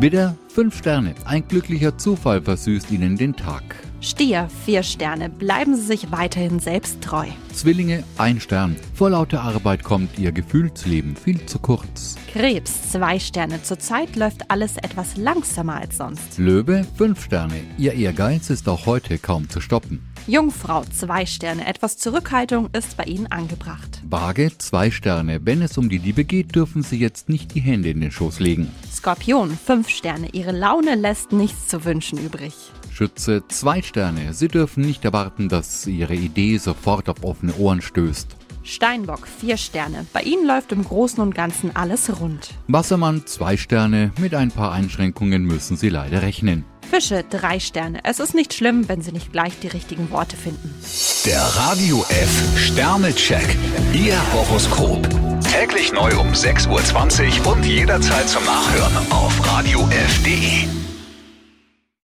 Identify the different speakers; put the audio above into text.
Speaker 1: Widder, 5 Sterne. Ein glücklicher Zufall versüßt Ihnen den Tag.
Speaker 2: Stier, vier Sterne. Bleiben Sie sich weiterhin selbst treu.
Speaker 1: Zwillinge, ein Stern. Vor lauter Arbeit kommt Ihr Gefühlsleben viel zu kurz.
Speaker 2: Krebs, zwei Sterne. Zurzeit läuft alles etwas langsamer als sonst.
Speaker 1: Löwe, 5 Sterne. Ihr Ehrgeiz ist auch heute kaum zu stoppen.
Speaker 2: Jungfrau, zwei Sterne. Etwas Zurückhaltung ist bei Ihnen angebracht.
Speaker 1: Waage, 2 Sterne. Wenn es um die Liebe geht, dürfen Sie jetzt nicht die Hände in den Schoß legen.
Speaker 2: Skorpion, fünf Sterne. Ihre Laune lässt nichts zu wünschen übrig.
Speaker 1: Schütze, 2 Sterne. Sie dürfen nicht erwarten, dass Ihre Idee sofort auf offene Ohren stößt.
Speaker 2: Steinbock, vier Sterne. Bei Ihnen läuft im Großen und Ganzen alles rund.
Speaker 1: Wassermann, 2 Sterne. Mit ein paar Einschränkungen müssen Sie leider rechnen.
Speaker 2: Fische, drei Sterne. Es ist nicht schlimm, wenn Sie nicht gleich die richtigen Worte finden.
Speaker 3: Der Radio F Sternecheck. Ihr Horoskop. Täglich neu um 6.20 Uhr und jederzeit zum Nachhören auf Radio radiof.de.